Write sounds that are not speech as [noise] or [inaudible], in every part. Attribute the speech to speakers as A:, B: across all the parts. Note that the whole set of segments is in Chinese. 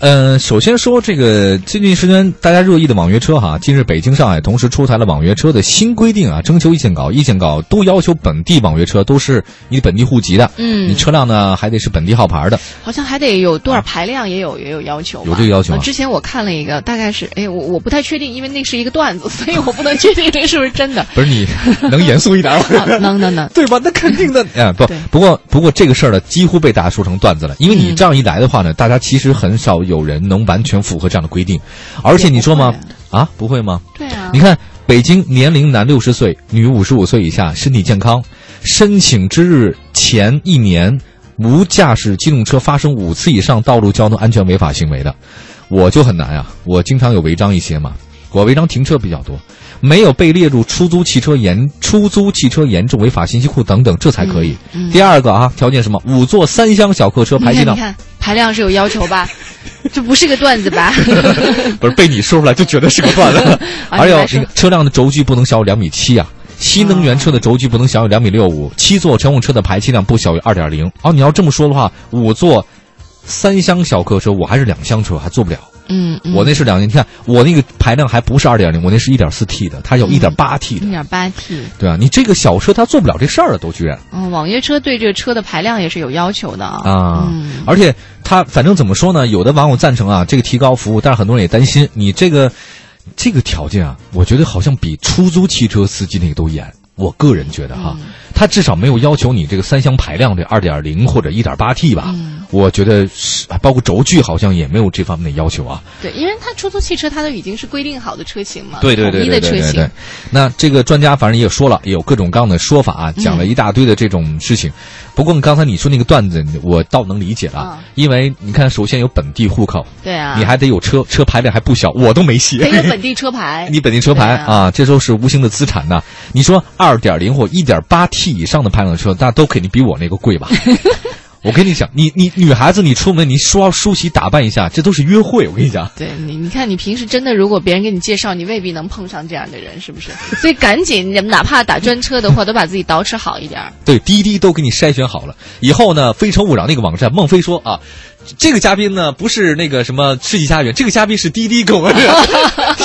A: 呃，首先说这个最近时间大家热议的网约车哈，近日北京、上海同时出台了网约车的新规定啊，征求意见稿，意见稿都要求本地网约车都是你本地户籍的，
B: 嗯
A: 你车辆呢还得是本地号牌的，
B: 好像还得有多少排量也有、也有要求吧，
A: 啊有这个要求啊
B: 呃
A: 吗
B: 之前我看了一个，大概是哎，我我不太确定，因为那是一个段子， [laughs] 所以我不能确定这是不是真的。
A: 不是你 [laughs] 能严肃一点吗？
B: 啊 [laughs] 能能能，
A: 对吧？那肯定的，哎，不
B: 对，
A: 不过不过这个事儿呢，几乎被大家说成段子了，因为你
B: 嗯
A: 这样一来的话呢，大家其实很少有人能完全符合这样的规定，而且你说吗？啊，不会吗？
B: 对啊
A: 你，看，北京年龄男六十岁，女五十五岁以下，身体健康，申请之日前一年无驾驶机动车发生五次以上道路交通安全违法行为的，我就很难啊，我经常有违章一些嘛。我违章停车比较多，没有被列入出租汽车严出租汽车严重违法信息库等等，这才可以。
B: 嗯
A: 第二个啊，条件什么？五座三厢小客车
B: 你
A: 排气
B: 看
A: 量
B: 你看排量是有要求
A: [laughs]
B: 吧？这不是个段子吧？
A: 不是被你说出来就觉得是个段子。
B: 啊
A: 还有
B: 你来
A: 这
B: 说
A: 个车辆的轴距不能小于两米七啊，新能源
B: 啊
A: 车的轴距不能小于两米六五，七座乘用车的排气量不小于二点零。哦，你要这么说的话，五座三厢小客车我还是两厢车，还做不了。
B: 嗯，嗯
A: 我那是两，你看我那个排量还不是二点零，我那是一点四 T 的，它有一点八 T 的
B: 一。点八 T，
A: 对啊，你这个小车它做不了这事儿了，都居然
B: 嗯，网约车对这个车的排量也是有要求的啊。
A: 啊！
B: 嗯
A: 而且它反正怎么说呢，有的网友赞成啊，这个提高服务，但是很多人也担心你这个这个条件啊，我觉得好像比出租汽车司机那个都严。我个人觉得哈，
B: 嗯
A: 它至少没有要求你这个三厢排量这二点零或者一点八 T 吧。
B: 嗯
A: 我觉得是，包括轴距好像也没有这方面的要求啊。
B: 对，因为它出租汽车它都已经是规定好的车型嘛，
A: 对对
B: 统
A: 对
B: 一
A: 对
B: 的
A: 对
B: 车
A: 对
B: 型
A: 对。。那这个专家反正也说了，也有各种各样的说法啊，讲了一
B: 嗯
A: 大堆的这种事情。不过刚才你说那个段子，我倒能理解了，
B: 啊
A: 因为你看，首先有本地户口，
B: 对啊，
A: 你还得有车，车牌量还不小，我都没写
B: 得。有本地车
A: [laughs]
B: 牌。
A: 你本地车牌
B: 对啊
A: 啊，这都是无形的资产呐。你说二点零或一点八 T 以上的排量车，那都肯定比我那个贵
B: [laughs]
A: 吧？我跟你讲，你你女孩子你出门你梳梳洗打扮一下，这都是约会。我跟你讲，
B: 对你，你看你平时真的，如果别人给你介绍，你未必能碰上这样的人，是不是？ [laughs] 所以赶紧，你们哪怕打专车的话，都把自己捯饬好一点儿。
A: 对滴滴都给你筛选好了。以后呢，《非诚勿扰》那个网站，孟非说啊，这个嘉宾呢不是那个什么世纪佳缘，这个嘉宾是滴滴给我们 [laughs]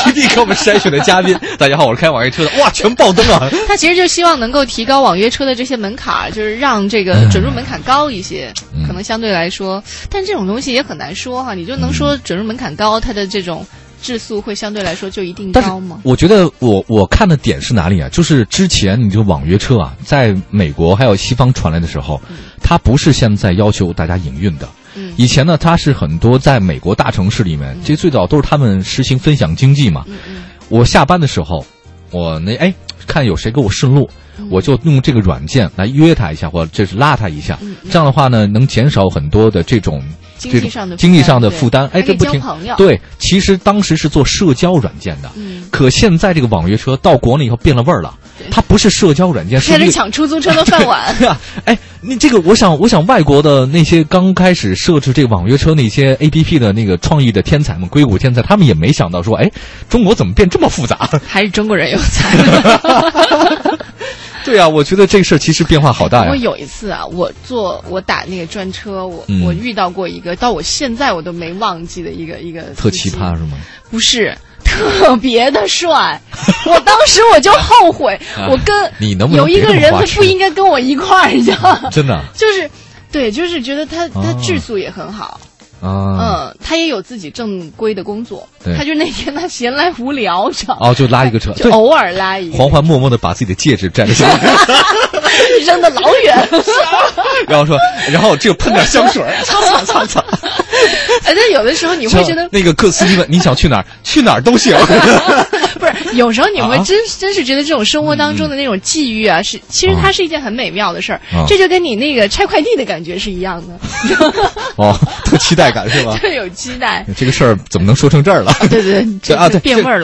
A: 滴滴给我们筛选的嘉宾。大家好，我是开网约车的，哇，全爆灯啊！
B: 他其实就希望能够提高网约车的这些门槛儿，就是让这个准入门槛高一些，
A: 嗯
B: 可能相对来说，但这种东西也很难说哈。你就能
A: 嗯
B: 说准入门槛高，它的这种质素会相对来说就一定
A: 但是
B: 高吗？
A: 我觉得我我看的点是哪里啊？就是之前你这个网约车啊，在美国还有西方传来的时候，它不是现在要求大家营运的。
B: 嗯
A: 以前呢，它是很多在美国大城市里面，这最早都是他们实行分享经济嘛。
B: 嗯嗯，
A: 我下班的时候，我那哎看有谁给我顺路，
B: 嗯
A: 我就用这个软件来约他一下，或者就是拉他一下。
B: 嗯嗯
A: 这样的话呢，能减少很多的这种
B: 经
A: 这
B: 济
A: 种
B: 上的
A: 经济上的
B: 对
A: 负担。哎，
B: 还可
A: 这
B: 以
A: 不
B: 交
A: 挺
B: 朋友
A: 对？其实当时是做社交软件的。
B: 嗯，
A: 可现在这个网约车到国内以后变了味儿了
B: 对，
A: 它不是社交软件，是
B: 开
A: 一 [laughs]
B: 始
A: 个
B: 抢出租车的饭
A: [laughs]
B: 碗。
A: 对啊，哎，你这个，我想，我想外国的那些刚开始设置这个网约车那些 A P P 的那个创意的天才们，硅谷天才，他们也没想到说，哎，中国怎么变这么复杂？ [laughs]
B: 还是中国人有才。
A: 对啊，我觉得这个事儿其实变化好大
B: 我
A: 哎呀。
B: 有一次啊，我坐我打那个专车，我、
A: 嗯
B: 我遇到过一个，到我现在我都没忘记的一个一个
A: 特
B: 司
A: 奇
B: 机
A: 葩，是吗？
B: 不是特别的
A: [laughs]
B: 帅，我当时我就后悔，
A: 啊
B: 我跟
A: 你能不能
B: 有一
A: 别
B: 个
A: 这么
B: 人
A: 花
B: 他
A: 痴
B: 不应该跟我一块儿，你知道吗？ [laughs]
A: 真的啊
B: 就是。对，就是觉得他他
A: 哦
B: 质素也很好，
A: 啊，
B: 嗯，他也有自己正规的工作，
A: 对
B: 他就那天他闲来无聊，知道吗
A: 哦，就拉一个车，
B: 嗯就
A: 对，
B: 偶尔拉一
A: 黄
B: [laughs] 个，
A: 欢默默的把自己的戒指摘了下来， [laughs]
B: 扔的老远，
A: 然后说，然后这个喷点香水儿， [laughs] 擦擦擦擦。
B: 反正哎有的时候你会觉得
A: 像那个客司机问你想去哪儿，去哪儿都
B: [laughs]
A: 行。
B: 不是， [laughs] 有时候你会
A: 啊嗯
B: 真、真是觉得这种生活当中的那种际遇啊，是其实它是一件很美妙的事儿、
A: 啊
B: 这就跟你那个拆快递的感觉是一样的， [laughs]
A: 哦，特期待感是吧？
B: 特有期待。
A: 这个事儿怎么能说成这儿了？
B: 对对，
A: 对
B: 这
A: 啊，对，
B: 变味儿了。